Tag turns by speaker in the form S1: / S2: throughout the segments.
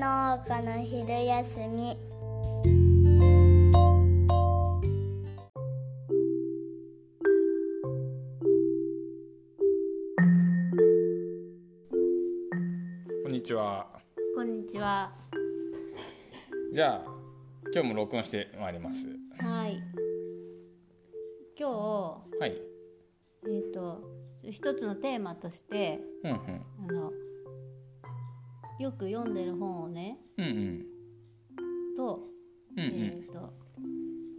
S1: 農家の昼休み
S2: こんにちは。
S1: こんにちは
S2: じゃあ今日も録音してまいります。
S1: はい今日
S2: はい。
S1: えっ、と一つのテーマとして
S2: うんうん。
S1: あのよく読んでる本をね
S2: うんうん。
S1: と,、
S2: うんうん。
S1: えっ、と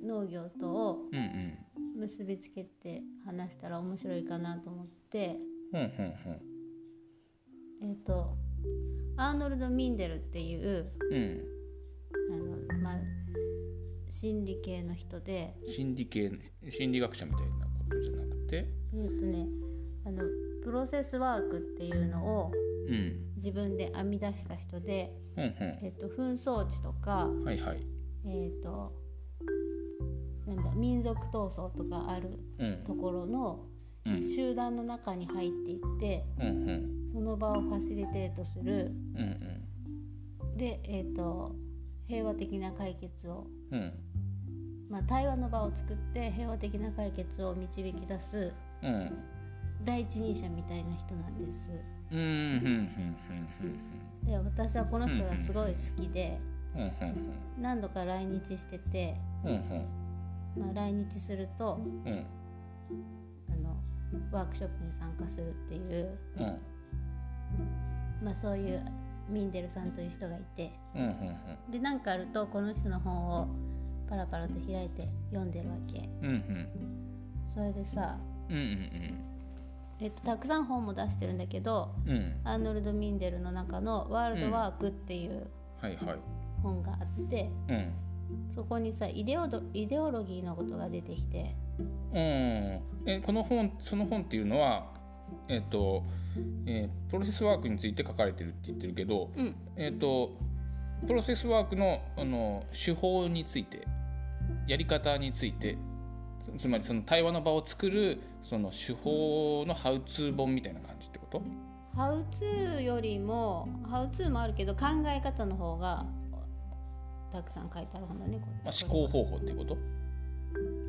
S1: 農業とを
S2: うんうん。
S1: 結びつけて話したら面白いかなと思って
S2: うんうん
S1: えっ、とアーノルド・ミンデルっていう
S2: うん。うん。
S1: あの、まあ、心理系の人で
S2: 心理系心理学者みたいなことじゃなくて。
S1: えっ、とねあのプロセスワークっていうのを
S2: うん。
S1: 自分で編み出した人で、
S2: うん
S1: えっと紛争地とか
S2: うん。はいはい。
S1: えっ、となんだ民族闘争とかある
S2: うん
S1: ところの
S2: うん
S1: 集団の中に入っていって
S2: うんうん
S1: その場をファシリテートする
S2: うんうん
S1: で、えー、と平和的な解決を、
S2: うん
S1: まあ、対話の場を作って平和的な解決を導き出す
S2: うん
S1: 第一人者みたいな人なんです。
S2: うんうんうんうん
S1: で私はこの人がすごい好きで
S2: うんうんうん
S1: 何度か来日してて、
S2: うんうん
S1: まあ、来日すると
S2: うんうん
S1: あのワークショップに参加するっていう、
S2: うん
S1: まあ、そういうミンデルさんという人がいて
S2: うんうん
S1: で何かあるとこの人の本をパラパラと開いて読んでるわけ
S2: うんうん
S1: それでさ、
S2: うん
S1: えっと、たくさん本も出してるんだけど
S2: うんうん
S1: アーノルド・ミンデルの中の「ワールドワーク」っていう
S2: はいはい
S1: 本があって、
S2: うん
S1: そこにさイデオドイデオロギーのことが出てきて
S2: うん、えこの本その本っていうのはえっ、と、えープロセスワークについて書かれてるって言ってるけど、
S1: うん
S2: えっ、とプロセスワークのあの手法についてやり方についてつつまりその対話の場を作るその手法のハウツー本みたいな感じってこと
S1: ハウツーよりもハウツーもあるけど考え方の方がたくさん書いてある本だねこれ
S2: まあ、思考方法っていうこと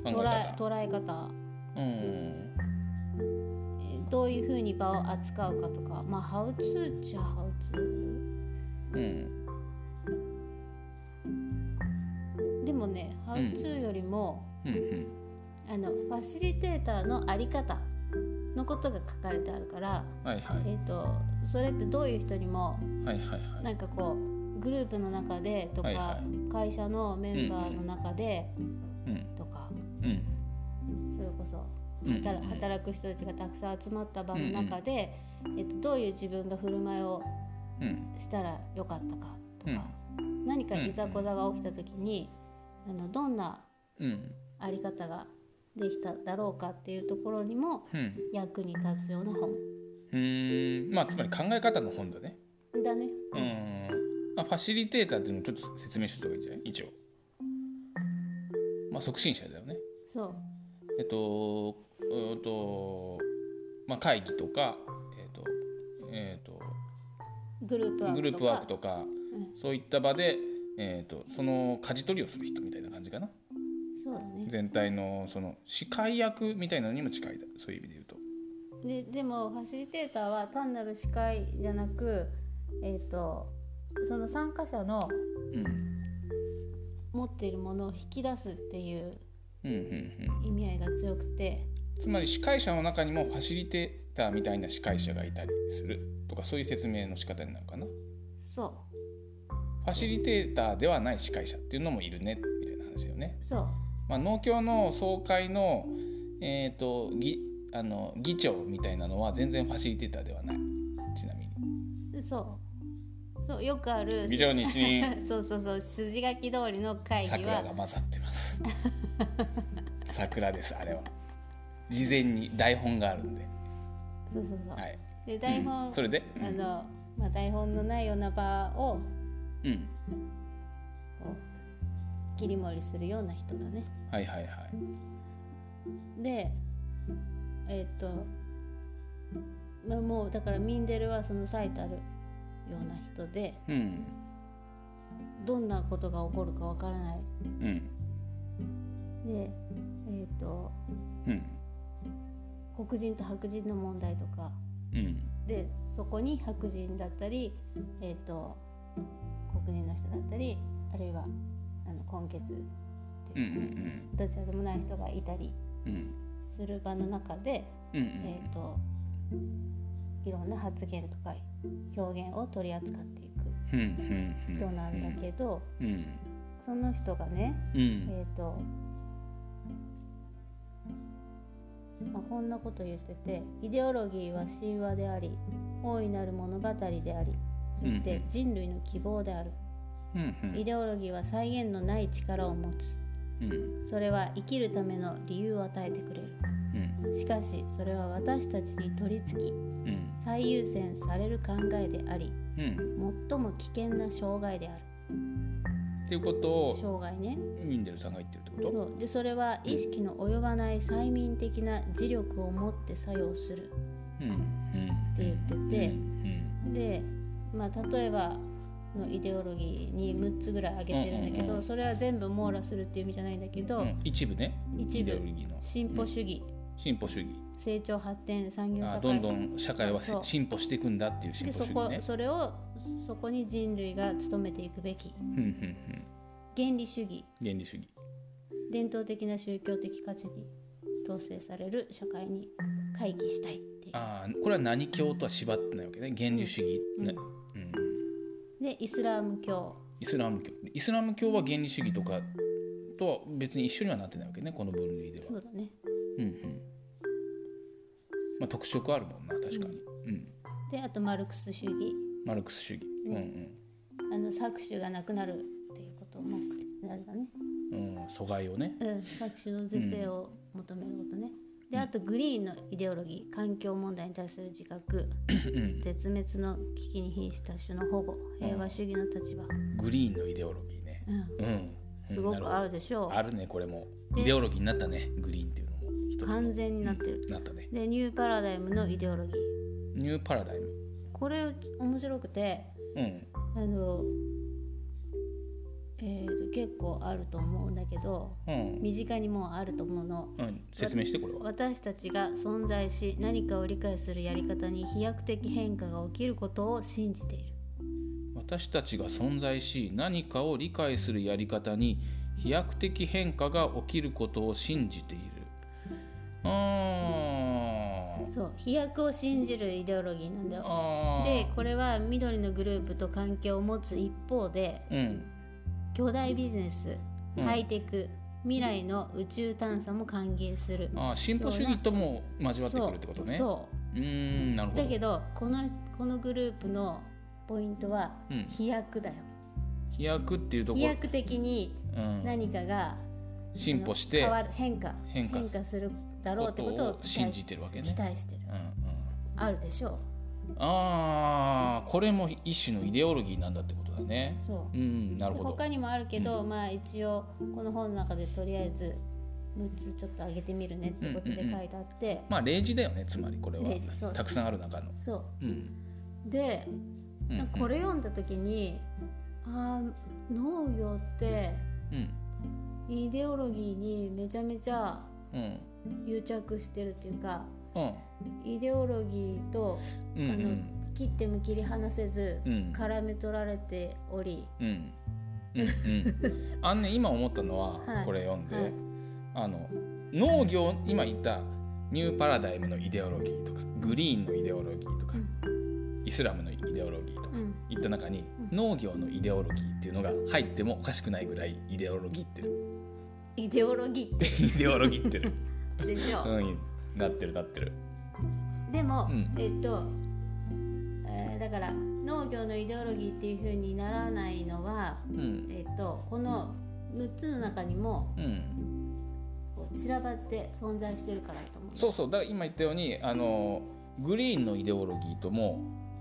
S2: 考
S1: 捉え
S2: え方
S1: 捉え方
S2: うん
S1: えーどういうふうに場を扱うかとかまあハウツーじゃハウツ
S2: うん
S1: ーでもねハウツーよりも、
S2: うんうん
S1: あのファシリテーターのあり方のことが書かれてあるから、
S2: はいは
S1: え
S2: い
S1: ー、とそれってどういう人にも
S2: はいはいはい
S1: なんかこうグループの中でとか、
S2: はいは
S1: 会社のメンバーの中で
S2: うん
S1: とか、
S2: うん
S1: それこそ
S2: うん
S1: 働働く人たちがたくさん集まった場の中で、えっと、どういう自分が振る舞いを
S2: うん
S1: したらよかったかとか、何かいざこざが起きた時に、あのどんな
S2: うん
S1: あり方ができただろうかっていうところにも
S2: うん
S1: 役に立つような本
S2: うーんまあつまり考え方の本だね。
S1: だね。
S2: うん。まあ、ファシリテーターっていうのをちょっと説明しておいた方がいいんじゃない一応。まあ促進者だよね。
S1: そう
S2: えっと、えっと、まあ会議とか、えっと、えっと、
S1: グループワー
S2: グ
S1: ク
S2: ル
S1: と
S2: ー
S1: か
S2: プワークとか、
S1: うん
S2: そういった場で、えっと、その舵取りをする人みたいな感じかな。
S1: そうだね
S2: 全体のその司会役みたいなのにも近いだ。そういう意味で言うと。
S1: ででもファシリテーターは単なる司会じゃなく、えっとその参加者の
S2: うん。
S1: 持っているものを引き出すっていう
S2: うんうんうん。
S1: 意味合いが強くて
S2: つまり司会者の中にもファシリテーターみたいな司会者がいたりするとかそういう説明の仕方になるかなフ
S1: そ
S2: ァシリテーターではない司会者っていうのもいるねみたいな話だよね、
S1: うそう
S2: まあ、農協の総会の,、えー、と議あの議長みたいなのは全然ファシリテーターではないちなみに
S1: そうそうよくある
S2: 議長に一任
S1: そうそうそう筋書き通りの会議
S2: 桜が
S1: は
S2: 混ざってます 桜ですあれは事前に台本があるんで、
S1: そうそうそう、
S2: はい、
S1: で台本、
S2: うんそれでうん
S1: あの、まあ、台本のないような場をこ
S2: うん
S1: う切り盛りするような人だね
S2: はいはいはい
S1: でえっ、とまあもうだからミンデルはその最たるような人で
S2: うん
S1: どんなことが起こるかわからない
S2: うん
S1: でえっ、と
S2: うん
S1: 黒人と白人の問題とか
S2: うん
S1: でそこに白人だったりえっ、と黒人の人だったりあるいはあの混血って
S2: うんう
S1: いうか、
S2: ん
S1: どちらでもない人がいたり
S2: うんうん
S1: する場の中で、
S2: うん
S1: えっ、といろんな発言とか表現を取り扱ってい
S2: う
S1: く
S2: んうんうん
S1: 人なんだけど、
S2: うん
S1: その人がね
S2: うん
S1: えっ、と、まあ、こんなこと言っててイデオロギーは神話であり大いなる物語でありそし
S2: う
S1: て
S2: んうん
S1: 人類の希望である、
S2: うんうん
S1: イデオロギーは再現のない力を持つ
S2: うん
S1: それは生きるための理由を与えてくれる
S2: うん
S1: しかしそれは私たちに取り付き
S2: うん
S1: 最優先される考えであり
S2: うん
S1: 最も危険な障害である
S2: っていうことを
S1: 障害ね
S2: ウィンデルさんが言ってるってこと
S1: そうでそれは意識の及ばない催眠的な磁力を持って作用する
S2: うんうん
S1: って言って
S2: う
S1: て、
S2: ん
S1: で、まあ、例えばのイデオロギーに6つぐらい挙げてるんだ
S2: うん
S1: けど、
S2: うんうん
S1: それは全部網羅するっていう意味じゃないんだけど、
S2: うんうん一部ね
S1: 一
S2: イデオ
S1: 部
S2: ロギーの
S1: 進歩主義、
S2: 進歩主義
S1: 成長発展産業
S2: あ
S1: 社会
S2: どんどん社会はせ
S1: そう
S2: 進歩していくんだっていう進
S1: で
S2: 歩主
S1: そ
S2: 義
S1: こ
S2: ね
S1: それをそこに人類が努めていくべき
S2: うんうんうん
S1: 原理主義
S2: 原理主義
S1: 伝統的な宗教的価値に統制される社会に回帰したいっていう。
S2: ああこれは何教とは縛ってないわけね原理主義、
S1: うん
S2: ねうん
S1: でイスラーム教
S2: イスラム教イスラム教は原理主義とかとは別に一緒にはなってないわけねこの分類では、
S1: そうだね
S2: うんうんまあ、特色あるもんな確かに、うん、
S1: であとマルクス主義
S2: マルクス主義う
S1: うん
S2: ん
S1: あの搾取がなくなるっていうことをまああれだね
S2: うん、うん、阻害をね
S1: うん、搾取の是正を求めることね、であとグリーンのイデオロギー環境問題に対する自覚
S2: うん
S1: 絶滅の危機に瀕した種の保護平和主義の立場、う
S2: グリーンのイデオロギーね
S1: ん、
S2: うんうん
S1: すごくあ
S2: なる
S1: るでしょ
S2: ほどあるねこれも
S1: で
S2: イデオロギーになったねグリーンっていうのも一つの
S1: う完全になってる、
S2: うんなったね
S1: でニューパラダイムのイデオロギー
S2: ニューパラダイム
S1: これ面白くて
S2: うん
S1: あの、えーと結構あると思うんだけど
S2: うん、
S1: 身近にもうあると思うの
S2: うん、説明してこれは
S1: 私たちが存在し何かを理解するやり方に飛躍的変化が起きることを信じている
S2: 私たちが存在し何かを理解するやり方に飛躍的変化が起きることを信じているうーん
S1: そう飛躍を信じるイデオロギーなんだよ
S2: あー
S1: でこれは緑のグループと関係を持つ一方で
S2: うん
S1: 巨大ビジネス
S2: うん
S1: ハイテク、未来の宇宙探査も歓迎する
S2: あー進歩主義とも交わってくるってことね
S1: そう
S2: ーんなる
S1: う
S2: ほど
S1: だけどこのこのグループのポイントは
S2: うん
S1: 飛躍だよ、
S2: 飛躍っていうとこ
S1: 飛
S2: ろ、
S1: 躍的に
S2: うん、
S1: 何かが
S2: 進歩して
S1: あの変わる変化
S2: 変化する
S1: するだろうってこと
S2: こ
S1: を
S2: とを信じてるわけね
S1: 期待してる
S2: うんうん、
S1: あるでしょ
S2: あーこれも一種のイデオロギーなんだってことだね
S1: うそうう、
S2: んなる
S1: で
S2: ほど
S1: 他にもあるけど、まあ一応この本の中でとりあえず6つちょっと上げてみるねってことで書いてあって、
S2: まあ例示だよねつまりこれは
S1: 例示そう
S2: たくさんある中の
S1: そう
S2: うん
S1: で
S2: うん
S1: なんかこれ読んだ時に、あー農業って
S2: うん
S1: イデオロギーにめちゃめちゃ
S2: うん
S1: 癒着してるっていうか
S2: うん
S1: イデオロギーと
S2: うんうん
S1: あの切っても切り離せず、
S2: うん
S1: 絡め取られており、
S2: うんうんうんあのね今思ったのは、
S1: はい
S2: これ読んで、
S1: はい
S2: あの農業今言ったニューパラダイムのイデオロギーとかグリーンのイデオロギーとか、イスラムのイデオロギーとか
S1: うん
S2: 言った中に、
S1: うん
S2: 農業のイデオロギーっていうのが入ってもおかしくないぐらいイデオロギーって る
S1: イデオロギーっ
S2: イデオロギーって る、
S1: てでしょ、
S2: うん、なってるなってる
S1: でも、
S2: うん
S1: えっと、えーだから農業のイデオロギーっていう風にならないのは、
S2: うん
S1: えっと、この6つの中にも
S2: うん
S1: こう散らばって存在してるからだと思う
S2: そうそうだから今言ったようにあのグリーンのイデオロギーとも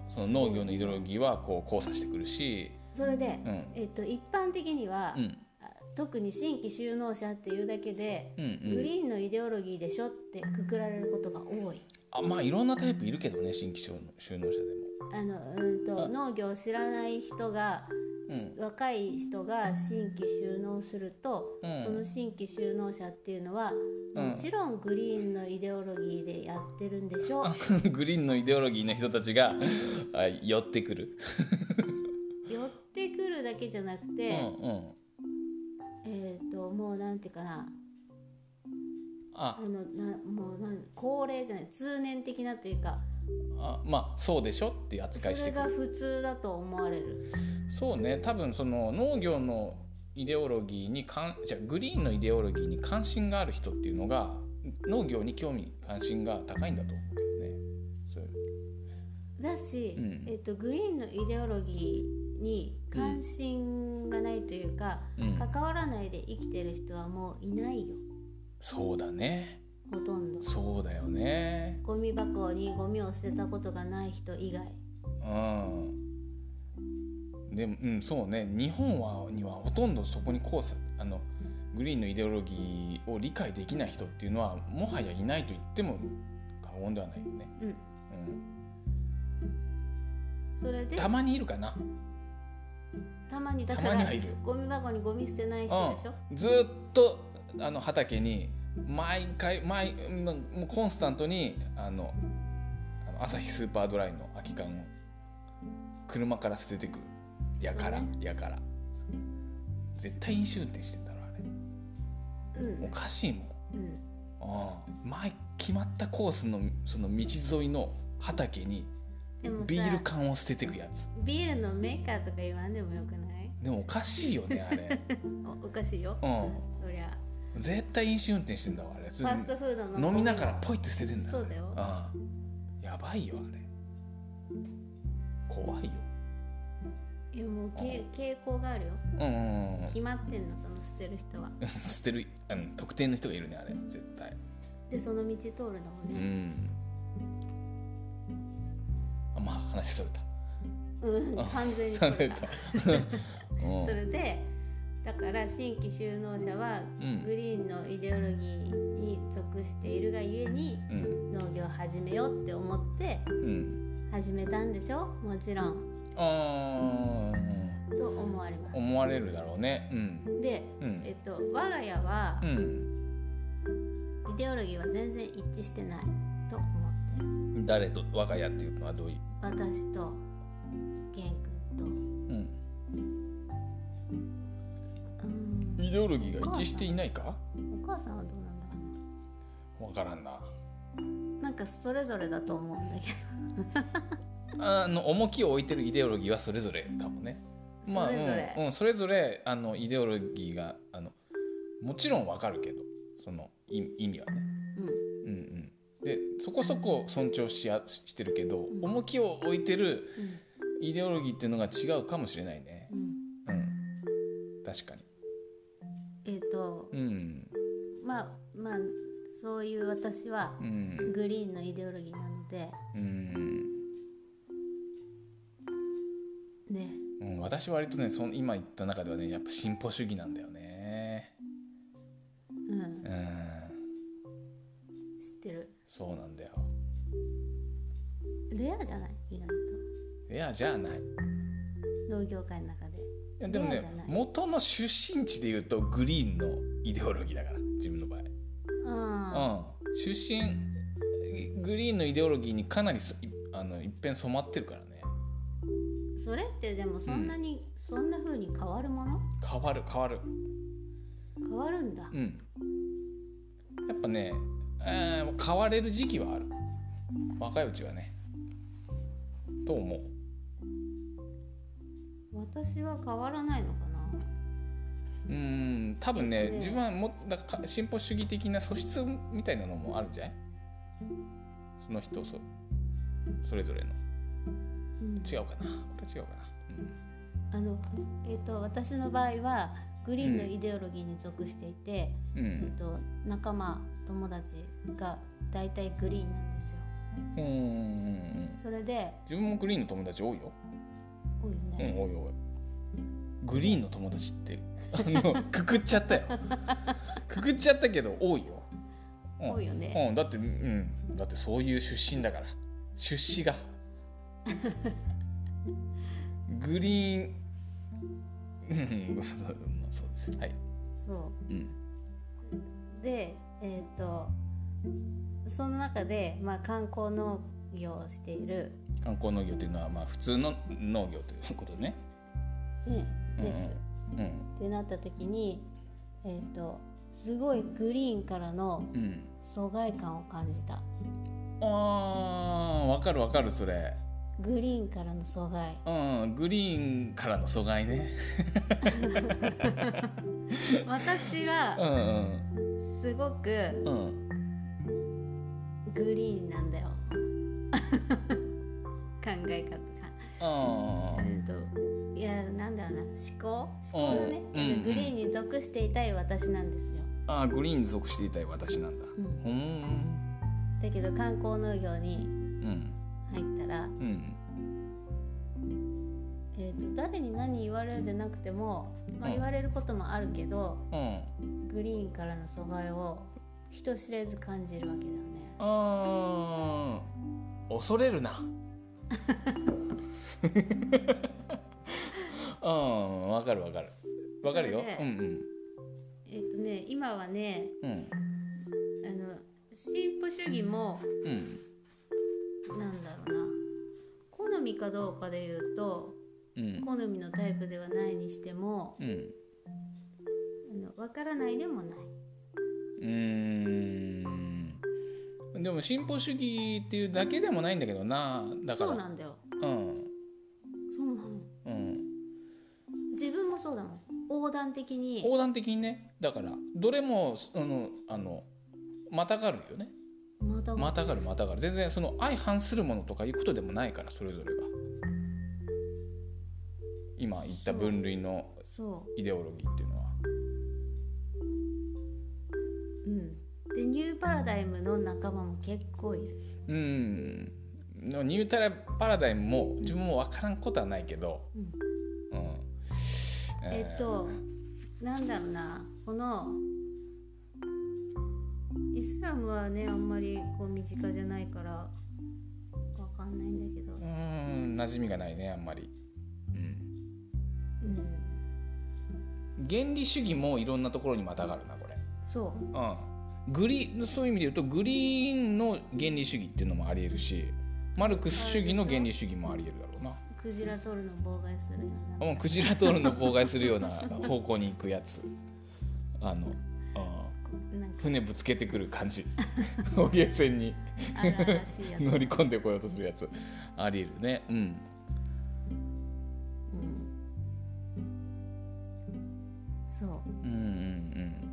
S2: その農業のイデオロギーはこう交差してくるし
S1: それで、
S2: うん
S1: えっと、一般的には、
S2: うん
S1: あ特に新規就農者っていうだけで、
S2: うんうん
S1: グリーンのイデオロギーでしょってくくられることが多い
S2: あまあいろんなタイプいるけどね新規就農就農者でも
S1: あのうーん
S2: あ
S1: と農業を知らない人が、し
S2: う
S1: 若い人が新規就農すると、
S2: うん
S1: その新規就農者っていうのは、
S2: うん
S1: もちろんグリーンのイデオロギーでやってるんでしょ
S2: グリーンのイデオロギーの人たちがあ寄ってくる、
S1: 寄ってくるだけじゃなくて、
S2: うんうん
S1: えっ、ともうなんていうかな
S2: あ
S1: あのなもうなん高齢じゃない通年的なというか
S2: あまあそうでしょっていう
S1: そ
S2: 扱いして
S1: れ
S2: く
S1: が
S2: る
S1: 普通だと思われる
S2: そうね多分その農業のイデオロギーに関じゃあグリーンのイデオロギーに関心がある人っていうのが農業に興味関心が高いんだと思うけどねそう
S1: だし、
S2: うん
S1: えっとグリーンのイデオロギーに関心がないというか、
S2: うん
S1: 関わらないで生きてる人はもういないよ
S2: そうだね
S1: ほとんど
S2: そうだよね
S1: ゴミ箱にゴミを捨てたことがない人以外
S2: うんでもうんそうね日本はにはほとんどそこにこうあのグリーンのイデオロギーを理解できない人っていうのはもはやいないと言っても過言ではないよね、
S1: うん
S2: うん、
S1: それで
S2: た
S1: た
S2: まにいるかな
S1: まにだか
S2: たまに
S1: ら
S2: はいる
S1: ゴミ箱にゴミ捨てない人でしょ、
S2: ずーっとあの畑に毎回毎もうコンスタントにあのあの朝日スーパードライの空き缶を車から捨ててくやから、
S1: そうね
S2: やから絶対飲酒運転してんだろあれ
S1: うん
S2: おかしいもん
S1: うん
S2: ああ毎決まったコースのその道沿いの畑に
S1: でもさ
S2: ビール缶を捨ててくやつ
S1: ビールのメーカーとか言わんでもよくない
S2: でもおかしいよねあ れ
S1: おおかしいよ
S2: う
S1: そりゃ
S2: ん絶対飲酒運転してんだわあれ
S1: ファーストフードの
S2: 飲みながらポイって捨ててんだ
S1: そうだよ
S2: ああやばいよあれ怖いよ
S1: いやもうけ傾向があるよ
S2: うんうんうん
S1: 決まってんのその捨てる人は
S2: うん捨てる、うん、特定の人がいるねあれ絶対
S1: でその道通るのも
S2: う
S1: ね
S2: んあまあ話それた
S1: うん、完全にそ う
S2: それ
S1: だ
S2: たうん
S1: それでだから新規就農者は
S2: うん
S1: グリーンのイデオロギーに属しているがゆえに
S2: うん
S1: 農業を始めようって思って
S2: うん
S1: 始めたんでしょもちろん
S2: あ
S1: と思われま
S2: ー思われるだろうねうん
S1: すで、
S2: うん
S1: えっと、我が家は
S2: うん
S1: イデオロギーは全然一致してないと思ってる
S2: 誰と我が家っていうのはどういう
S1: 私と玄君
S2: うん
S1: とうん
S2: イデオロギーが一致していないか
S1: お母さんはどうなんだろう
S2: わからんな
S1: なんかそれぞれだと思うんだけ
S2: あの重きを置いてるイデオロギーはそれぞれかもね。
S1: それぞれ
S2: うんうん、それぞれあのイデオロギーがあのもちろんわかるけどその意意味はね。
S1: ど、
S2: うんうん、でそこそこ尊重しあしてるけど、
S1: ん
S2: 重きを置いてる
S1: うん
S2: イデオロギーっていうのが違うかもしれないね。
S1: うんうん、
S2: うん、確かに。
S1: えっ、と
S2: うん
S1: まあまあそういう私は
S2: うん
S1: グリーンのイデオロギーなので
S2: うん
S1: ね
S2: うん、私は割とねその今言った中ではねやっぱ進歩主義なんだよね。
S1: うん
S2: う
S1: 知
S2: ん
S1: ってる
S2: そうなんだよ。
S1: レアじゃない意外と
S2: いやじゃあない。
S1: 農業界の中で
S2: いやでも
S1: レアじゃ
S2: ね
S1: ない
S2: 元の出身地で言うとグリーンのイデオロギーだから自分の場合、
S1: ああ
S2: うん、出身グリーンのイデオロギーにかなりそいあの一変染まってるからね
S1: それってでもそんなに、そんな風に変わるもの
S2: 変わる変わる
S1: 変わるんだ、
S2: うんやっぱね、えー変われる時期はある若いうちはねと思う
S1: 私は変わらないのかな
S2: うーん多分ね
S1: えっとね
S2: 自分はもだから進歩主義的な素質みたいなのもあるんじゃないその人そそれぞれの
S1: うん
S2: 違うかなこれ違うかな、
S1: あのえっ、と私の場合はグリーンのイデオロギーに属していて、
S2: うん
S1: えっと仲間友達がだいたいグリーンなんですよ
S2: うんうんうんうん
S1: それで
S2: 自分もグリーンの友達多いよ、
S1: 多いよ
S2: うん、
S1: ね、
S2: 多い多いグリーンの友達ってあ のくくっちゃったよくくっちゃったけど多いよ、うん、
S1: 多いよね
S2: うん、だってうんだってそういう出身だから出資 がグリーンうんそうまあそうですはい、
S1: そう
S2: うん、
S1: でえっ、とその中で、まあ、観光農業をしている、
S2: 観光農業というのはまあ普通の農業ということね
S1: ね、です、
S2: うん
S1: ってなった時にえっ、とすごいグリーンからの
S2: うん
S1: 疎外感を感じた
S2: あーわかるわかるそれ
S1: グリーンからの疎外
S2: うんグリーンからの阻害ね
S1: 私
S2: う
S1: は
S2: ん
S1: すごく
S2: うんうん
S1: グリーンなんだよ 考え方か
S2: あー
S1: えっといやなんだろうな思考思考だね、
S2: うんうん
S1: グリーンに属していたい私なんですよ、
S2: あーグリーンに属していたい私なんだ
S1: うん
S2: うーん
S1: だけど観光農業に
S2: うん
S1: 入ったら、
S2: うん
S1: えー、と誰に何言われるでなくても、まあ、
S2: うん
S1: 言われることもあるけど、
S2: うん
S1: グリーンからの阻害を人知れず感じるわけだよね
S2: あー恐れるなうんわかるわかるわかるよ
S1: それで
S2: うん
S1: えっ、とね今はね
S2: うんうん
S1: あの進歩主義も
S2: うん
S1: なんだろうな好みかどうかで言うと
S2: うん
S1: 好みのタイプではないにしても
S2: うん
S1: あの分からないでもない
S2: ー
S1: う
S2: んでも進歩主義っていうだけでもないんだけどなだから
S1: そうなんだよ
S2: うん
S1: そうなの
S2: うん
S1: 自分もそうだもん横断的に
S2: 横断的にねだからどれもあのあのまたがるよね
S1: また
S2: またがるまたがる全然その相反するものとかいうことでもないからそれぞれが今言った分類の
S1: そ
S2: イデオロギーっていうのは
S1: ううんでニューパラダイムの仲間も結構いる
S2: うんでもニュータラパラダイムも自分も分からんことはないけど、
S1: うん
S2: うん
S1: えっとなんだろうなこのイスラムはねあんまりこう身近じゃないからわかんないんだけど、
S2: うーん馴染みがないねあんまり、うん、
S1: うん、
S2: 原理主義もいろんなところにまたがるなこれ、
S1: そ
S2: うん、グリそういう意味で言うとグリーンの原理主義っていうのもありえるしマルクス主義の原理主義もありえるだろうな
S1: うクジラ取るの妨害するような
S2: うん、クジラ通るの妨害するような 方向に行くやつあのあ
S1: なん
S2: ー
S1: か
S2: 船ぶつけてくる感じ捕鯨船に
S1: 荒々 しいやつ、
S2: 乗り込んでこようとするやつありえるねうん
S1: うん、そ
S2: う
S1: う
S2: ん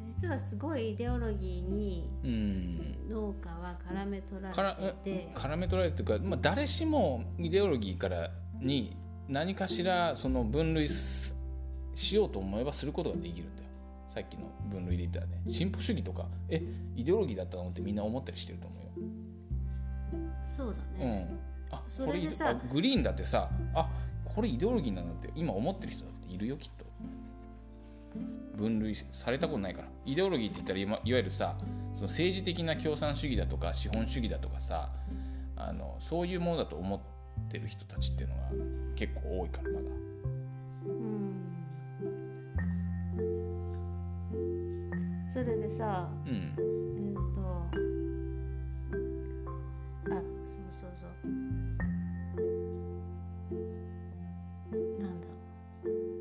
S1: 実はすごいイデオロギーに
S2: うんうんうん
S1: 農家は絡め取ら
S2: から
S1: れていて
S2: 絡め取られるというか、まあ、誰しもイデオロギーからに何かしらその分類すしようと思えばすることができるんだよさっきの分類で言ったらね進歩主義とかえイデオロギーだったのってみんな思ったりしてると思うよ
S1: そうだ
S2: う
S1: ね、
S2: ん、あ
S1: そ
S2: こ
S1: れ
S2: れ
S1: でさ
S2: あグリーンだってさあこれイデオロギーなんだって今思ってる人だっているよきっと分類されたことないからイデオロギーって言ったら今いわゆるさその政治的な共産主義だとか資本主義だとかさあのそういうものだと思ってる人たちっていうのが結構多いからまだ
S1: うんそれでさ
S2: うん
S1: えっ、とあそうそうそうなんだ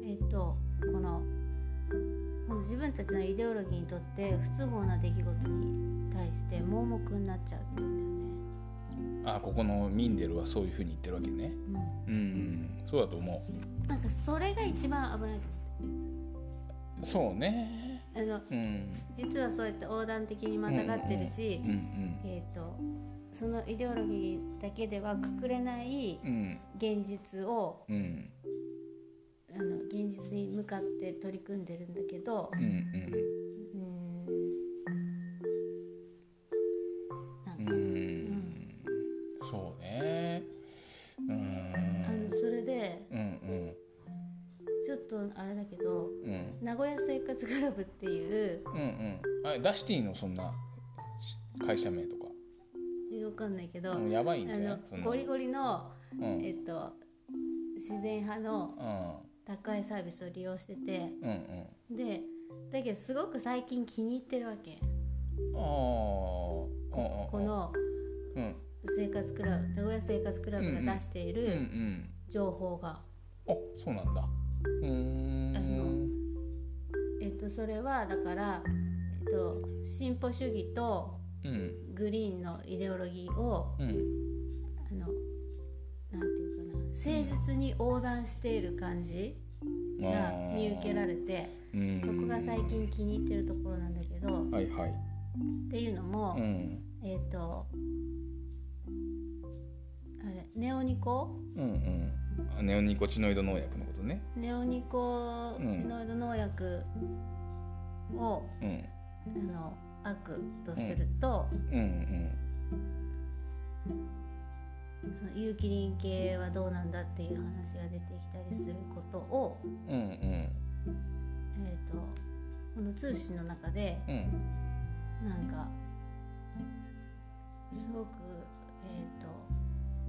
S1: えっ、とこのこの自分たちのイデオロギーにとって不都合な出来事に対して盲目になっちゃうっていうん
S2: あここのミンデルはそういうふうに言ってるわけね
S1: だよね、
S2: うんそうだと思
S1: うん、なんかそれが一番危ないと
S2: うそうね
S1: 思うあの
S2: うん
S1: 実はそうやって横断的にまたがってるし、
S2: うんうん
S1: えー、とそのイデオロギーだけではくくれない
S2: うん
S1: 現実を
S2: うん
S1: あの現実に向かって取り組んでるんだけど
S2: うんうん
S1: うーんなん
S2: う
S1: か、
S2: んそうね。う
S1: あの
S2: ん。
S1: それで
S2: うんうん。
S1: あれだけど
S2: うん
S1: 名古屋生活クラブっていう
S2: うんうんあれダシティのそんなし会社名とか
S1: わかんないけど、
S2: もうやばいんじ
S1: あ
S2: ゃない
S1: の
S2: そんな
S1: ゴリゴリの、
S2: うん
S1: えっと、自然派の
S2: うん
S1: 宅配サービスを利用してて
S2: うんうん
S1: でだけどすごく最近気に入ってるわけ
S2: ああこ
S1: この
S2: うん
S1: 生活クラブ名古屋生活クラブが出してい
S2: うんう
S1: る
S2: ん
S1: 情報が、
S2: あそうなんだうー
S1: あ
S2: ん
S1: えっと、それはだから、えっと、進歩主義と
S2: うん
S1: グリーンのイデオロギーを
S2: うん
S1: あのなんていうかな誠実に横断している感じが見受けら
S2: れ
S1: れて
S2: うん
S1: そこが最近気に入ってるところなんだけど
S2: はいはい
S1: っていうのも、
S2: うん
S1: えっ、とあれネオニコ
S2: うんうんあネオニコチノイド農薬のことね
S1: ネオニコチノイド農薬を、
S2: うん
S1: あの悪とすると、
S2: うんうん
S1: その有機リン系はどうなんだっていう話が出てきたりすることを、
S2: うんうん
S1: えー、とこの通信の中で
S2: うん
S1: なんかすごくえ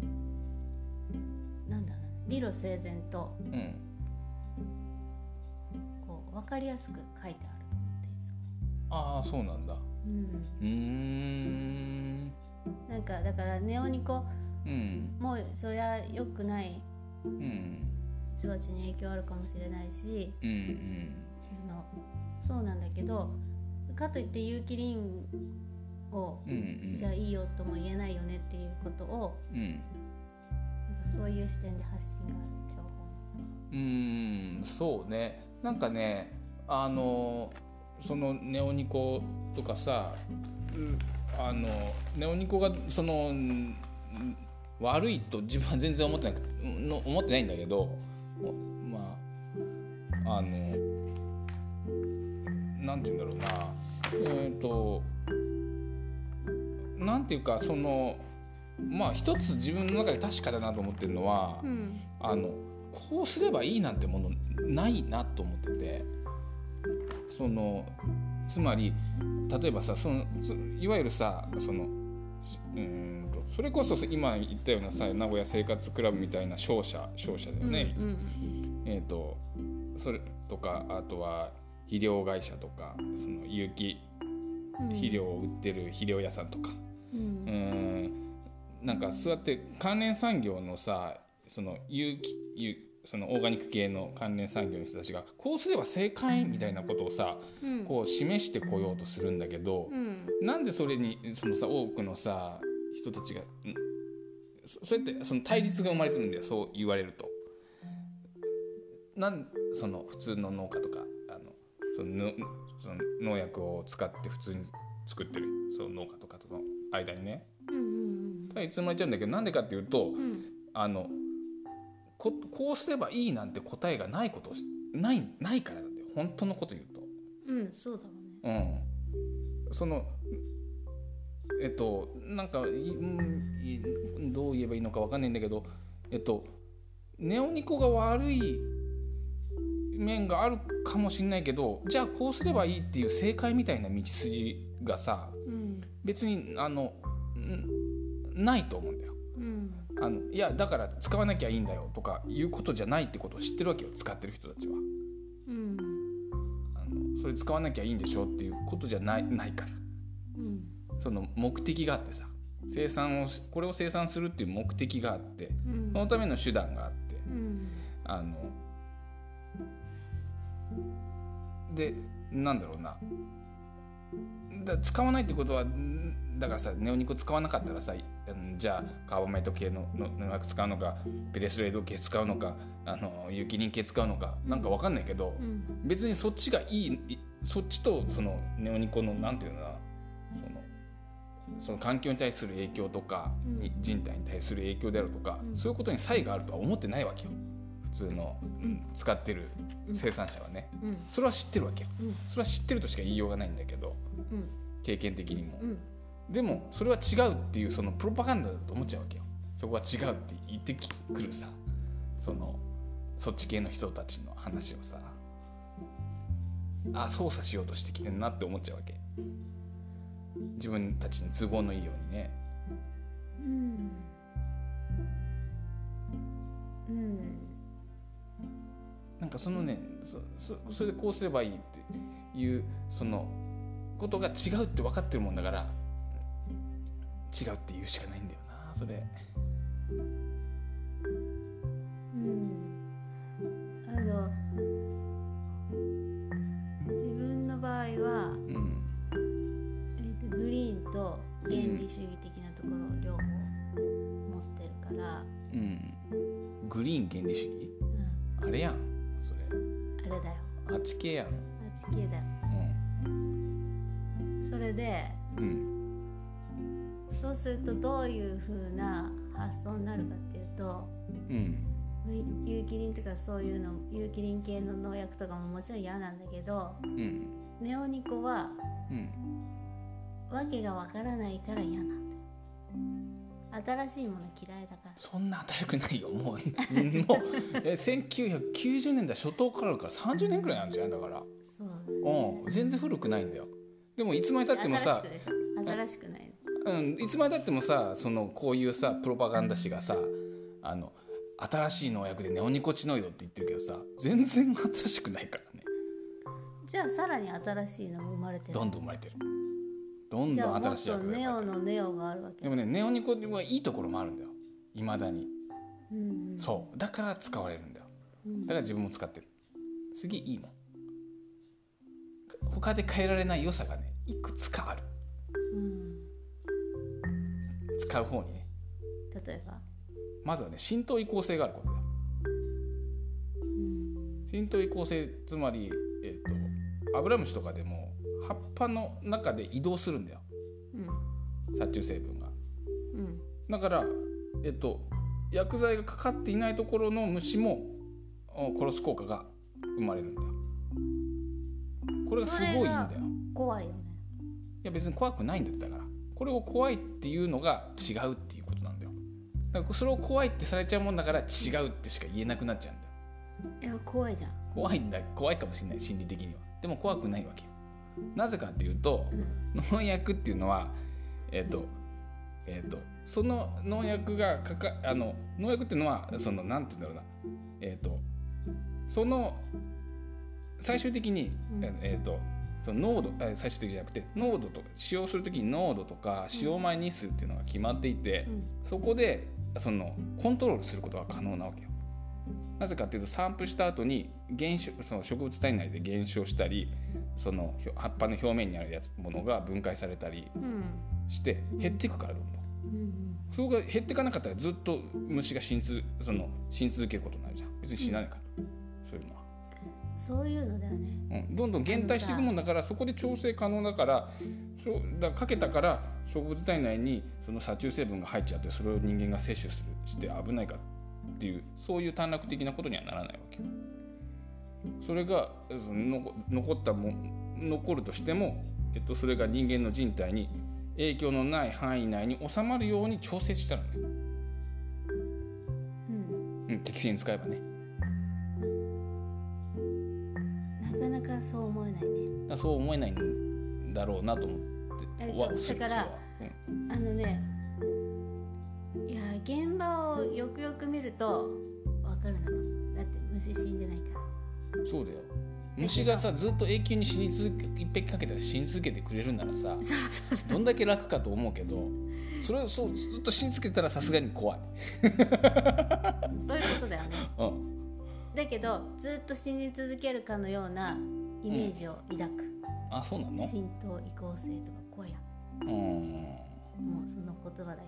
S1: っ、となんだろうな理路整然と
S2: うん
S1: こう分かりやすく書いてあると思っていつも。
S2: ああそうなんだ
S1: うん
S2: うーん
S1: なんかだからネオニコ
S2: うん
S1: もうそりゃ良くない
S2: うん
S1: 人たちに影響あるかもしれないし
S2: うんうん
S1: あのそうなんだけどかといって有機リンを
S2: うんうん
S1: じゃあいいよとも言えないよねっていうことを
S2: うん
S1: なんかそういう視点で発信がある情報。
S2: うーんそうねなんかねあのそのネオニコとかさうんあのネオニコがそのうん悪いと自分は全然思ってなくの思ってないんだけどおまああのなんて言うんだろうなえっ、となんていうかそのまあ一つ自分の中で確かだなと思ってるのは、
S1: うん
S2: あのこうすればいいなんてものないなと思っててそのつまり例えばさそのついわゆるさそのしうーんとそれこそ今言ったようなさ名古屋生活クラブみたいな商社商社だよね、
S1: うんうん
S2: えー、とそれとかあとは肥料会社とかその有機
S1: うん
S2: 肥料を売ってる肥料屋さんとか、
S1: う
S2: うんんなんかそうやって関連産業のさその有機有そのオーガニック系の関連産業の人たちがこうすれば正解みたいなことをさ
S1: うん
S2: こう示してこようとするんだけど
S1: うん
S2: なんでそれにそのさ多くのさ人たちがんそそうやってその対立が生まれてるんだよそう言われると。なんその普通の農家とかあのそのぬその農薬を使って普通に作ってるその農家とかとの間にね。
S1: うんうん
S2: いつも言っちゃうんだけどなんでかっていうと
S1: うんうん
S2: あのここうすればいいなんて答えがないことをしないないからなんだよ本当のこと言うと。
S1: うんそうだろうね。
S2: うん、そのえっとなんかいうんいどう言えばいいのかわかんないんだけどえっとネオニコが悪い面があるかもしれないけどじゃあこうすればいいっていう正解みたいな道筋がさ
S1: うん
S2: 別にあのんないと思うんだよ。
S1: うん
S2: あのいやだから使わなきゃいいんだよとかいうことじゃないってことを知ってるわけよ使ってる人たちは
S1: うん
S2: あのそれ使わなきゃいいんでしょっていうことじゃないないから
S1: うん
S2: その目的があってさ生産をしこれを生産するっていう目的があって
S1: うん
S2: そのための手段があって
S1: うん
S2: あのでなんだろうなだ使わないってことはんだからさネオニコ使わなかったらさうんじゃあカーボメイト系のの農薬使うのかペレスレイド系使うのかあの有機リン系使うのかなんかわかんないけど、
S1: うん
S2: 別にそっちがいいいそっちとそのネオニコのなんていうのかなそのその環境に対する影響とか、
S1: うん
S2: に人体に対する影響であるとか、
S1: うん
S2: そういうことに差異があるとは思ってないわけよ普通の、
S1: ん
S2: 使ってる生産者はね、
S1: うん
S2: それは知ってるわけよ
S1: うん
S2: それは知ってるとしか言いようがないんだけど
S1: うん
S2: 経験的にも、
S1: うん
S2: でもそれは違うっていうそのプロパガンダだと思っちゃうわけよそこは違うって言ってくるさそのそっち系の人たちの話をさ、あ操作しようとしてきてんなって思っちゃうわけ自分たちに都合のいいようにね
S1: うんうん
S2: なんかそのねそそそれでこうすればいいっていうそのことが違うって分かってるもんだから違うって言うしかないんだよなそれ
S1: うんあの自分の場合は、
S2: うん
S1: えー、とグリーンと原理主義的なところを両方持ってるから、
S2: うんグリーン原理主義
S1: う
S2: あれやんそれ
S1: ん、あれだよ
S2: あっち系やん
S1: 8K だよそれで
S2: うん、うん、
S1: そうするとどういう風な発想になるかっていうと
S2: うん
S1: 有機リンとかそういうの有機リン系の農薬とかももちろん嫌なんだけど
S2: うん
S1: ネオニコは
S2: うん
S1: 訳がわからないから嫌なんだよ新しいもの嫌いだから
S2: そんな新しくないよもうもうえ1990年代初頭からあるから30年くらいなんじゃないだから
S1: そう
S2: うん全然古くないんだよでもいつまでたってもさ
S1: 新しくでしょ新しくない
S2: うん、いつまでたってもさそのこういうさプロパガンダ誌がさあの新しい農薬でネオニコチノイドって言ってるけどさ全然新しくないからね
S1: じゃあさらに新しいの生まれてる
S2: どんどん生まれてるどん
S1: じゃ
S2: ど
S1: あ
S2: ん
S1: も
S2: 新
S1: っ
S2: しい
S1: と
S2: 薬剤
S1: ネ
S2: が
S1: オのネオがあるわけ
S2: でもねネオニコはいいところもあるんだよいまだに
S1: うんうん
S2: そうだから使われるんだよ
S1: うん
S2: だから自分も使ってるすげえいいもん他で変えられない良さがねいくつかある
S1: うん
S2: 使う方にね
S1: 例えば
S2: まずはね浸透移行性があることだよ
S1: うん
S2: 浸透移行性つまり、えっとアブラムシとかでも葉っぱの中で移動するんだよ
S1: うん
S2: 殺虫成分が
S1: うん
S2: だから、えっと薬剤がかかっていないところの虫もお殺す効果が生まれるんだよこれがすごいいいんだよ
S1: それ怖いよね
S2: いや別に怖くないんだよだからこれを怖いっていうのが違うっていうことなんだよだからそれを怖いってされちゃうもんだから違うってしか言えなくなっちゃうんだよ
S1: いや怖いじゃん
S2: 怖いんだ怖いかもしれない心理的にはでも怖くないわけよなぜかっていうと
S1: うん
S2: 農薬っていうのはえっ、とえっ、とその農薬がかかあの農薬っていうのはそのなんて言うんだろうなえっ、とその最終的に、
S1: うん
S2: えっ、えーとその濃度あ最終的じゃなくて濃度とか使用する時に濃度とか使用前日数っていうのが決まっていて、
S1: うん
S2: そこでそのコントロールすることが可能なわけよなぜかっていうと散布した後に減少その植物体内で減少したりそのひょ葉っぱの表面にあるやつものが分解されたり
S1: うん
S2: して減っていくからどんどん
S1: うん
S2: そこが減っていかなかったらずっと虫が死につその死に続けることになるじゃん別に死なないから、そういうのは、
S1: そういうのだよね
S2: うん、どんどん減退していくもんだからそこで調整可能だからしょだからかけたから植物体内にその殺虫成分が入っちゃってそれを人間が摂取するして危ないからっていうそういう短絡的なことにはならないわけよそれがその残残ったも残るとしても、えっと、それが人間の人体に影響のない範囲内に収まるように調整したのね、
S1: うん
S2: うん、適正に使えばね
S1: なかなかそう思えないね
S2: だからそう思えないんだろうなと思って
S1: えっと
S2: わする
S1: だから
S2: それは
S1: あのねいや現場をよくよく見るとわかるなのだって虫死んでないから
S2: うんそうだよ虫がさずっと永久に死に続け一匹かけたら死に続けてくれるならさ
S1: そうそうそう
S2: どんだけ楽かと思うけどそれをそうずっと死に続けたらさすがに怖い、
S1: そういうことだよね
S2: うん、
S1: だけどずっと死に続けるかのようなイメージを抱く、
S2: あそうなの
S1: 浸透移行性とかこうや
S2: うん
S1: もうその言葉だ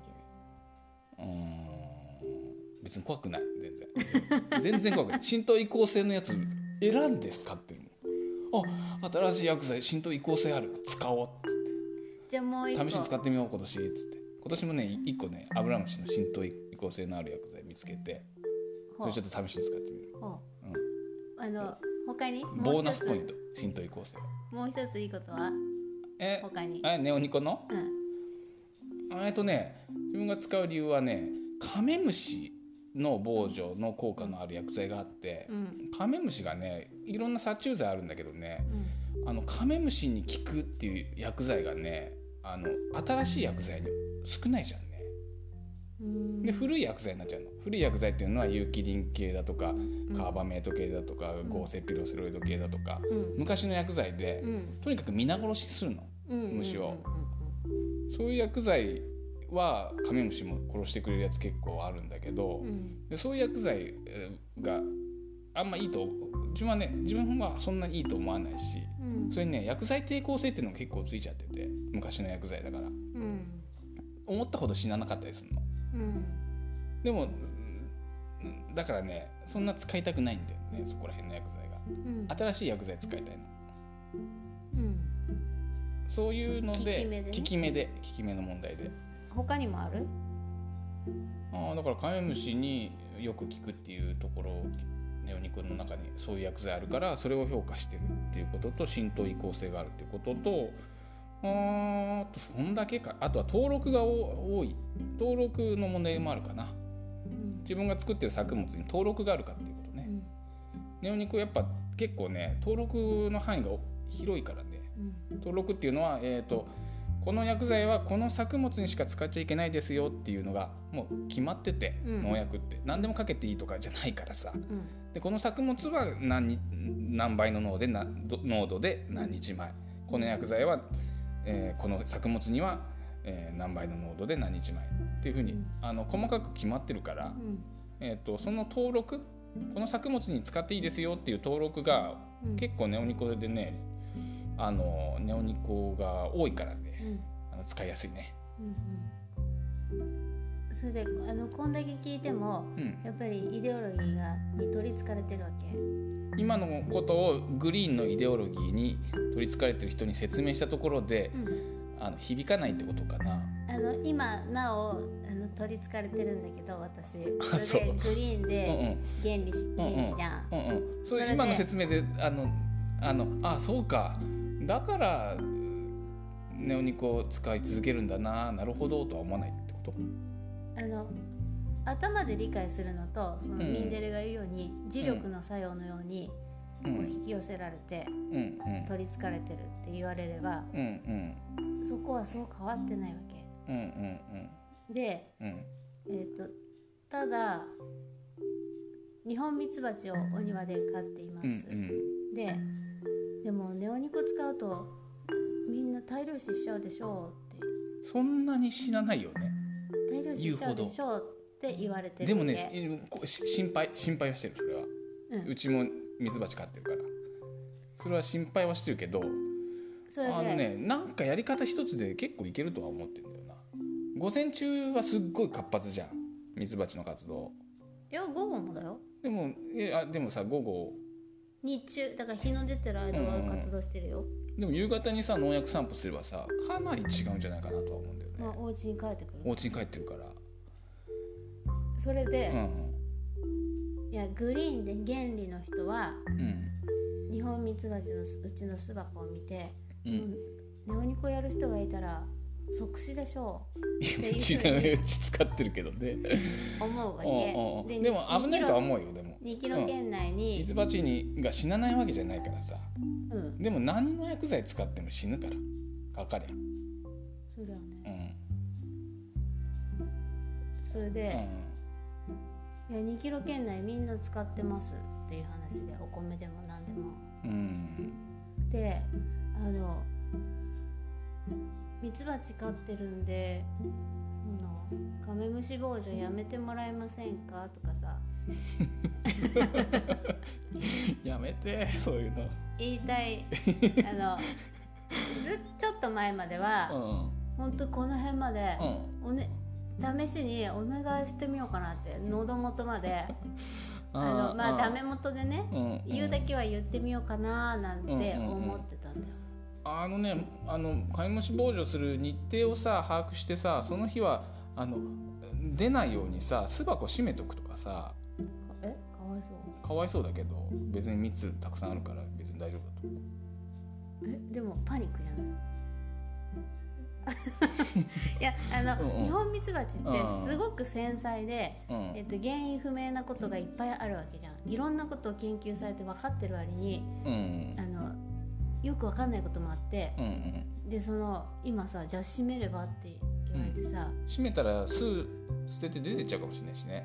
S1: け
S2: うん別に怖くない全然全然怖くない浸透移行性のやつ選んで使ってるもんあ新しい薬剤浸透移行性ある使おうっつって
S1: でじゃあもう一個
S2: 試しに使ってみよう今年っつって今年もねい一個ねアブラムシの浸透移行性のある薬剤見つけてそ
S1: ほう
S2: れちょっと試しに使ってみる
S1: ほうあの他にも
S2: ボ
S1: う
S2: ーナ
S1: 一
S2: スポイン
S1: つ
S2: ト浸透移行性
S1: もう一ついいことは
S2: え
S1: 他に
S2: あネオニコの
S1: うん
S2: えっとね自分が使う理由はねカメムシの防除の効果のある薬剤があって
S1: うん
S2: カメムシがねいろんな殺虫剤あるんだけどね
S1: うん
S2: あのカメムシに効くっていう薬剤がねあの新しい薬剤に少ないじゃんね
S1: うん
S2: で古い薬剤になっちゃうの古い薬剤っていうのは有機リン系だとか
S1: うん
S2: カーバメート系だとか合成ピロスロイド系だとか
S1: うん
S2: 昔の薬剤で
S1: うん
S2: とにかく皆殺しするの
S1: うん
S2: 虫を
S1: う
S2: そういう薬剤はカメムシも殺してくれるやつ結構あるんだけど、
S1: んうん
S2: でそういう薬剤えーがあんまいいと自分はね自分はそんなにいいと思わないし
S1: うん
S2: それにね薬剤抵抗性っていうのが結構ついちゃってて昔の薬剤だから
S1: うん
S2: 思ったほど死ななかったりするの
S1: うん
S2: でもうんだからねそんな使いたくないんだよねそこら辺の薬剤が
S1: うん
S2: 新しい薬剤使いたいの
S1: うん
S2: そういうので
S1: 効き目でね
S2: 効き目で効き目の問題で
S1: 他にもある
S2: ああだからカメムシによく効くっていうところをネオニコの中にそういう薬剤あるからそれを評価してるっていうことと浸透移行性があるっていうこととあーあとそんだけかあとは登録がお多い登録の問題もあるかな
S1: うん
S2: 自分が作ってる作物に登録があるかっていうこと
S1: う
S2: ね
S1: ん
S2: ネオニコやっぱ結構ね登録の範囲が広いからね
S1: うん
S2: 登録っていうのは、えー、とこの薬剤はこの作物にしか使っちゃいけないですよっていうのがもう決まってて、
S1: うん
S2: 農薬って何でもかけていいとかじゃないからさ
S1: うん
S2: でこの作物は何日何倍の濃度でなど濃度で何日前この薬剤は、えーこの作物には、えー何倍の濃度で何日前っていうふうに、
S1: うん
S2: あの細かく決まってるから、
S1: うん
S2: えー、とその登録この作物に使っていいですよっていう登録が
S1: うん
S2: 結構ネオニコでねあのネオニコが多いから
S1: う
S2: ね
S1: ん
S2: あの使いやすいね
S1: うんうんそれであのこんだけ聞いても
S2: うん
S1: やっぱりイデオロギーがに取りつかれてるわけ
S2: 今のことをグリーンのイデオロギーに取りつかれてる人に説明したところで
S1: うん
S2: あの響かないってことかな
S1: あの今なおあの取りつかれてるんだけど私
S2: あ
S1: それ
S2: そ
S1: で
S2: う
S1: グリーン
S2: うんう
S1: で
S2: ん
S1: 原理し
S2: うん
S1: 原
S2: うん
S1: 理じゃん
S2: うんうんそ
S1: それ
S2: れ
S1: で
S2: 今の説明であのあのあそうかだからネオニコを使い続けるんだななるほどとは思わないってこと
S1: あの頭で理解するのとその
S2: うん
S1: ミンデルが言うように磁力の作用のように
S2: う
S1: こ
S2: ん
S1: う引き寄せられて
S2: うんうん
S1: 取りつかれてるって言われれば
S2: うんうん
S1: そこはそう変わってないわけ
S2: うんうん
S1: で
S2: うんうん
S1: えー、とただ日本ミツバチをお庭で飼っています、
S2: うんうん
S1: ででもネオニコ使うとみんな大量死しちゃうでしょうっ
S2: そんなに死なないよね
S1: て大量死しちゃうでしょうって言われてる
S2: でも
S1: わけ
S2: ね、しこし心配心配はしてるそれは
S1: うん
S2: う、ちもミツバチ飼ってるからそれは心配はしてるけど
S1: そ
S2: あ
S1: れで
S2: のねなんかやり方一つで結構いけるとは思ってんだよな午前中はすっごい活発じゃんミツバチの活動
S1: いや午後もだよ
S2: でもえあでもさ午後
S1: 日中だから日の出てる間は活動してるよ、
S2: でも夕方にさ農薬散布すればさかなり違うんじゃないかなとは思うんだよね、
S1: まあ、お家に帰ってく
S2: お
S1: る
S2: 家に帰ってるから
S1: それで
S2: う、ん
S1: いやグリーンで原理の人は
S2: うん
S1: 日本ミツバチのすうちの巣箱を見て
S2: う
S1: うん
S2: ん、
S1: ネオニコやる人がいたら即死でしょ
S2: うちのうち使ってるけどね
S1: う思うわ
S2: うんうん
S1: け
S2: うんでも危ないとは
S1: 2
S2: 思うよでも
S1: キロ2キロ圏内
S2: ミ
S1: に
S2: ツ、バチにが死なないわけじゃないからさ
S1: うん、
S2: でも何の薬剤使っても死ぬからかかれ
S1: それはね
S2: うん
S1: それ
S2: う
S1: で、
S2: ん
S1: いや2キロ圏内みんな使ってますっていう話でお米でも何でも
S2: うん
S1: であのミツバチ飼ってるんでそのカメムシ防除やめてもらえませんかとかさ
S2: やめてそういうの
S1: 言い たいあのずちょっと前までは、ほんとこの辺まで
S2: う、んうん
S1: おね、試しにお願いしてみようかなって喉元まであのまあダメ元でね、
S2: うん
S1: 言うだけは言ってみようかななんて
S2: うんうんうん
S1: 思ってたんだよ、
S2: あのねあの買い物し防除する日程をさ把握してさその日はあの出ないようにさ巣箱閉めとくとかさ
S1: かえかわいそう
S2: かわいそうだけど別に蜜たくさんあるから別に大丈夫だと思う
S1: えでもパニックじゃない いやあの、
S2: うんうん
S1: 日本ミツバチってすごく繊細で、
S2: うん
S1: えっと、原因不明なことがいっぱいあるわけじゃんいろんなことを研究されて分かってる割に
S2: うん
S1: あのよくわかんないこともあって
S2: うんうん
S1: でその今さじゃあ閉めればって言われてさ、
S2: 閉めたらすぐ捨てて出てっちゃうかもしれないしね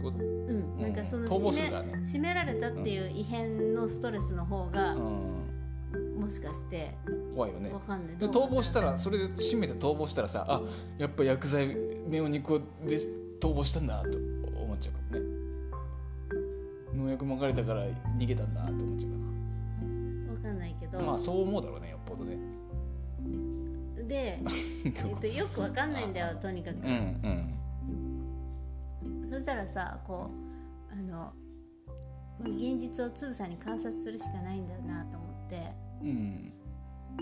S2: そういうこと
S1: うんなんかその
S2: 逃亡
S1: 閉
S2: す
S1: め
S2: るからね
S1: 閉められたっていう異変のストレスの方が、
S2: うん
S1: もしかして
S2: 怖いよね
S1: わかんない、
S2: で逃亡したらそれで閉めて逃亡したらさあやっぱ薬剤ネオニコで逃亡したんだと思っちゃうかもね農薬まかれたから逃げたんだと思っちゃうか
S1: わかんないけど、
S2: なまあそう思うだろうねよっぽどね
S1: で、えっと、よくわかんないんだよとにかく
S2: うん、うん
S1: そしたらさこうあのまあ現実をつぶさに観察するしかないんだよなと思って
S2: う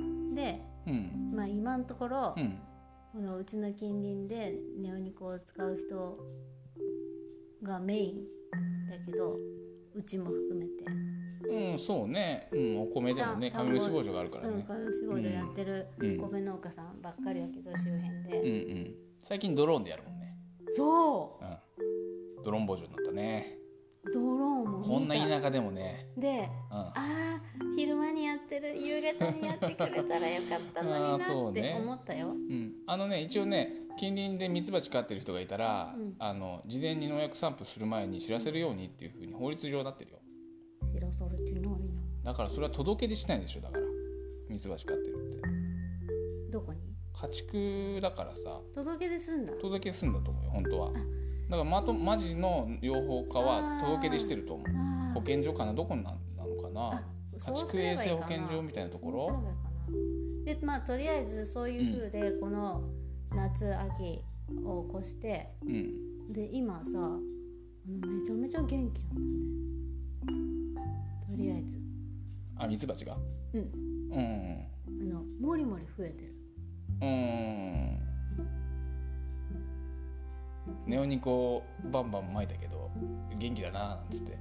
S2: ん
S1: で、
S2: うん
S1: まあ、今のところ、
S2: うん
S1: このうちの近隣でネオニコを使う人がメインだけどうちも含めて、
S2: うんそうね、うん、お米でもね
S1: 田
S2: カ
S1: んぼ
S2: メルシボがあるから
S1: うん
S2: ね
S1: 化学脂肪でやってる
S2: うん
S1: 米農家さんばっかりだけど周辺
S2: うんう
S1: で、
S2: ん最近ドローンでやるもんね、
S1: そ
S2: うん、ドローンボジョになったね
S1: うドローンも見た
S2: こんな田舎でもね、
S1: で
S2: うん、あ
S1: あー昼間にやってる夕方にやってくれたらよかったのに
S2: あーそ
S1: な
S2: う
S1: っ
S2: ね
S1: て思ったよ、
S2: うん、あのね一応ね近隣でミツバチ飼ってる人がいたら、
S1: うん
S2: あの事前に農薬散布する前に知らせるようにっていうふうに法律上なってるよ
S1: 知らされてないな
S2: だからそれは届け出しないでしょだからミツバチ飼ってるって
S1: どこに
S2: 家畜だからさ
S1: 届け出すんだ
S2: 届け出すんだと思うよ本当はだからまとマジの養蜂家は届け出してると思う
S1: あー
S2: 保健所かなどこななのかな
S1: あ
S2: 家
S1: そう
S2: 畜
S1: すれ
S2: 衛
S1: ばい
S2: 生
S1: いか
S2: 保健所みたいなとこ
S1: そう
S2: ろ
S1: すればいいかなでまあとりあえずそういう風でこの夏秋を越して
S2: うん
S1: で今さめちゃめちゃ元気なんだよねとりあえず
S2: あミツバチが
S1: うん
S2: うん
S1: あのもりもり増えてる
S2: うんネオニコバンバン撒いたけど元気だななんつって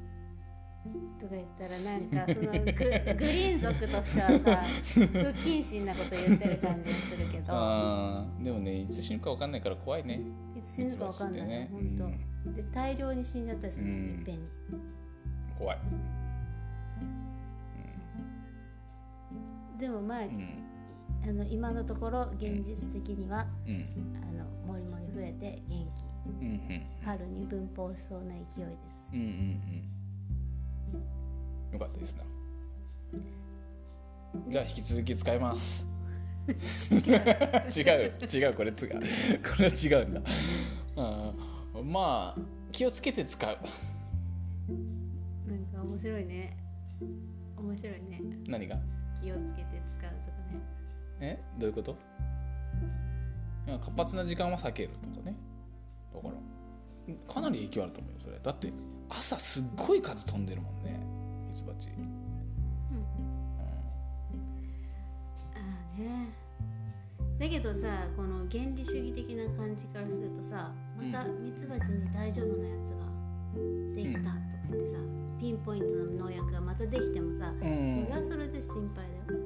S1: とか言ったらなんかそ のググリーン族としてはさ不謹慎なこと言ってる感じがするけど
S2: あーでもねいつ死ぬか分かんないから怖いね
S1: いつ死ぬかわかんない
S2: ミツバチってね
S1: ね本当で大量に死んじゃったりするの
S2: うん
S1: いっぺんに
S2: 怖い
S1: でもまあ
S2: うん
S1: あの今のところ現実的には
S2: うん
S1: あのもりもり増えて元
S2: うんうん
S1: 気春に分蜂しそうな勢いです
S2: うんうんうんよかったですなじゃあ引き続き使います 違う違うこれ違うこれは違うんだあーまあ気をつけて使う
S1: なんか面白いね面白いね
S2: 何が
S1: 気をつけて使うとかね
S2: えどういうこといや活発な時間は避けるとかねだからかなり影響あると思うよそれだって朝すっごい数飛んでるもんねミツバチ
S1: ああねだけどさこの原理主義的な感じからするとさまた
S2: う
S1: ミツバチに大丈夫なやつができたとか言ってさ、ピンポイントの農薬がまたできてもさ、
S2: うん
S1: それはそれで心配だよ。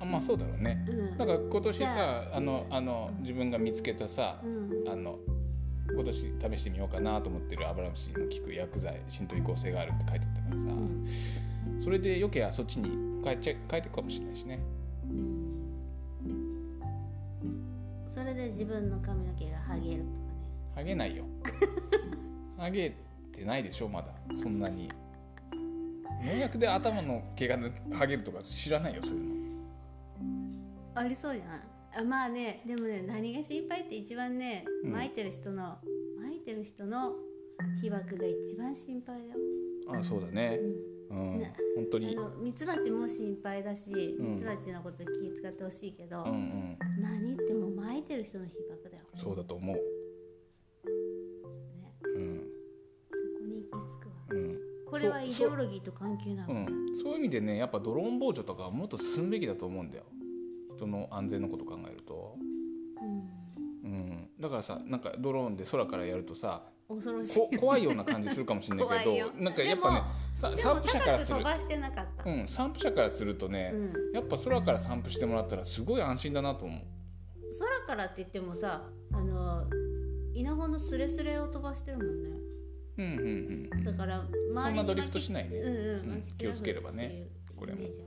S2: あまあそうだろうね
S1: うん、
S2: だから今年
S1: じゃ
S2: さあのあの自分が見つけたさ
S1: うん、
S2: あの今年試してみようかなと思ってるアブラムシにも効く薬剤浸透移行性があるって書いてあったからさ
S1: うん
S2: それでよけやそっちに変えちゃ変えていくかもしれないしね
S1: それで自分の髪の毛が剥げるとかね
S2: ハゲない よハゲてないでしょまだそんなに農薬で頭の毛がハゲるとか知らないよそういう
S1: ありそうじゃないあまあねでもね何が心配って一番ね
S2: うん
S1: 巻いてる人の、巻いてる人の被爆が一番心配だよ、
S2: のあそうだねうん
S1: ね
S2: 本当
S1: あのミツバチも心配だし
S2: うん
S1: ミツバチのこと気遣ってほしいけど、
S2: うんうん
S1: 何言っても巻いてる人の被爆だよ、ね、
S2: そうだと思ううん
S1: そこに行き着くわ
S2: うん
S1: これは
S2: そう
S1: イデオロギーと関係ないうの、
S2: ん、そういう意味でねやっぱドローン防除とかはもっと進むべきだと思うんだよ人の安全のこと考えると、うん、だからさなんかドローンで空からやるとさ
S1: うん、恐ろしい
S2: こ怖いような感じするかもしれないけ
S1: 怖い
S2: ど
S1: よ
S2: なんかやっぱねさ
S1: でも
S2: 散布者から
S1: 高く
S2: する
S1: 飛ばしてなかった、
S2: うん、散布者からするとね、
S1: うん、
S2: やっぱ空から散布してもらったらすごい安心だなと思う
S1: 空からって言ってもさあの稲穂のスレスレを飛ばしてるもんね
S2: うんうんうん
S1: だから周りに
S2: そんなドリフトしないね
S1: 巻きつうん
S2: う
S1: うんん、
S2: 気をつければねこれも
S1: イメージは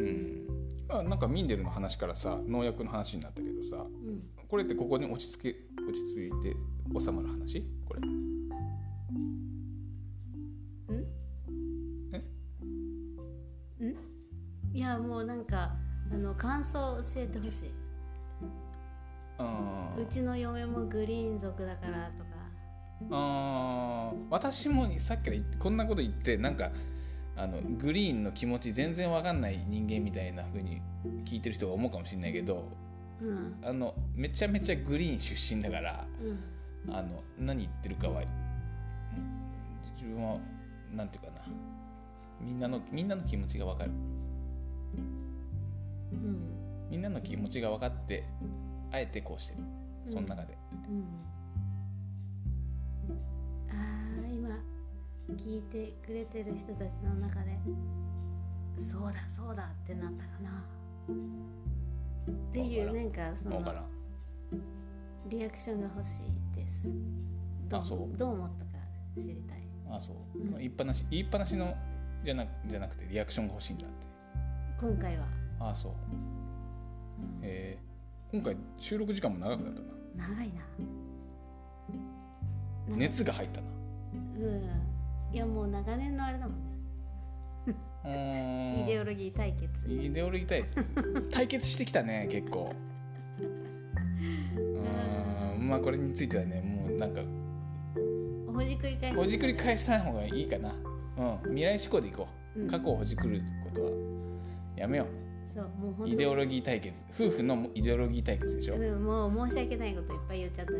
S1: ない
S2: うんあなんかミンデルの話からさ農薬の話になったけどさ
S1: うん
S2: これってここに落ち着け落ち着いて収まる話これ
S1: いやもうなんかあの感想教えてほしい
S2: あ
S1: う
S2: ー
S1: ちの嫁もグリーン族だからとか
S2: あー私もさっきから言ってこんなこと言ってなんかあのグリーンの気持ち全然わかんない人間みたいな風に聞いてる人が思うかもしれないけど
S1: うん
S2: あのめちゃめちゃグリーン出身だから
S1: うん
S2: あの何言ってるかは自分はなんていうかなみんなのみんなの気持ちがわかる
S1: うん
S2: みんなの気持ちが分かってあえてこうしてるその中で、
S1: うんあー今聞いてくれてる人たちの中でそうだそうだってなったかなっていうなんかそ
S2: わ
S1: の
S2: からん
S1: リアクションが欲しいですど
S2: あそう
S1: うどう思ったか知りたい
S2: あそう、言いっぱなし言いっぱなしのじゃなじゃなくてリアクションが欲しいんだって
S1: 今回は、
S2: ああそう
S1: うん
S2: えー今回収録時間も長くなったな
S1: 長いななんか
S2: 熱が入ったな
S1: うんいやもう長年のあれだもんね
S2: うーん
S1: イデオロギー対決
S2: イデオロギー対決対決してきたね結構うーんまあこれについてはねもうなんか
S1: ほじくり返す
S2: ほじくり返さない方がいいかなうん未来志向でいこ
S1: うん
S2: う過去をほじくることはやめよう
S1: そうもう本
S2: イ
S1: 当
S2: デオロギー対決夫婦のイデオロギー対決でしょ、うん
S1: うんもう申し訳ないこといっぱい言っちゃったし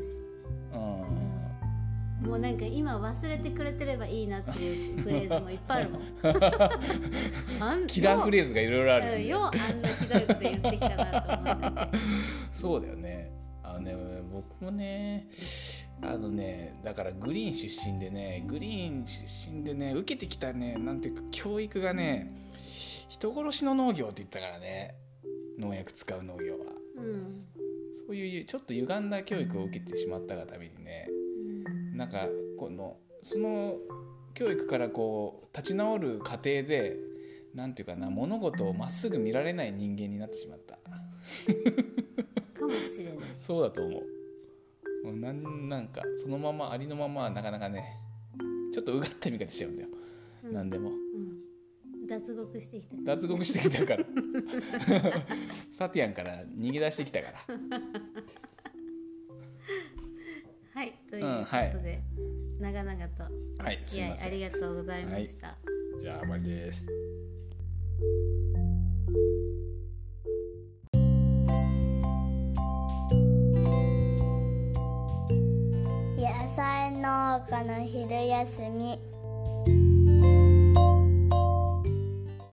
S1: もうなんか今忘れてくれてればいいなっていうフレーズもいっぱいあ るもんあん
S2: キラーフレーズがいろいろあるよ
S1: よ,、う
S2: ね
S1: ん、ようあんなひどいこと言ってきたなと思っちゃって
S2: そうだよねあのね僕もねあのねだからグリーン出身でねグリーン出身でね受けてきたねなんていうか教育がね人殺しの農業って言ったからね農薬使う農業は
S1: うん、
S2: そういうちょっと歪んだ教育を受けてしまったがためにねなんかこのその教育からこう立ち直る過程でなんていうかな物事をまっすぐ見られない人間になってしまった
S1: かもしれない
S2: そうだと思うもうなんなんかそのままありのままはなかなかねちょっとうがった見方しちゃうんだよ、
S1: うん
S2: 何でも
S1: うん、脱獄してきた
S2: 脱獄してきたから サティアンから逃げ出してきたから
S1: はい、ということで、長々と お
S2: はい
S1: 付き合
S2: すいま
S1: い
S2: せん
S1: ありがとうございました。
S2: じゃあ終わりです
S3: 野菜農家の昼休み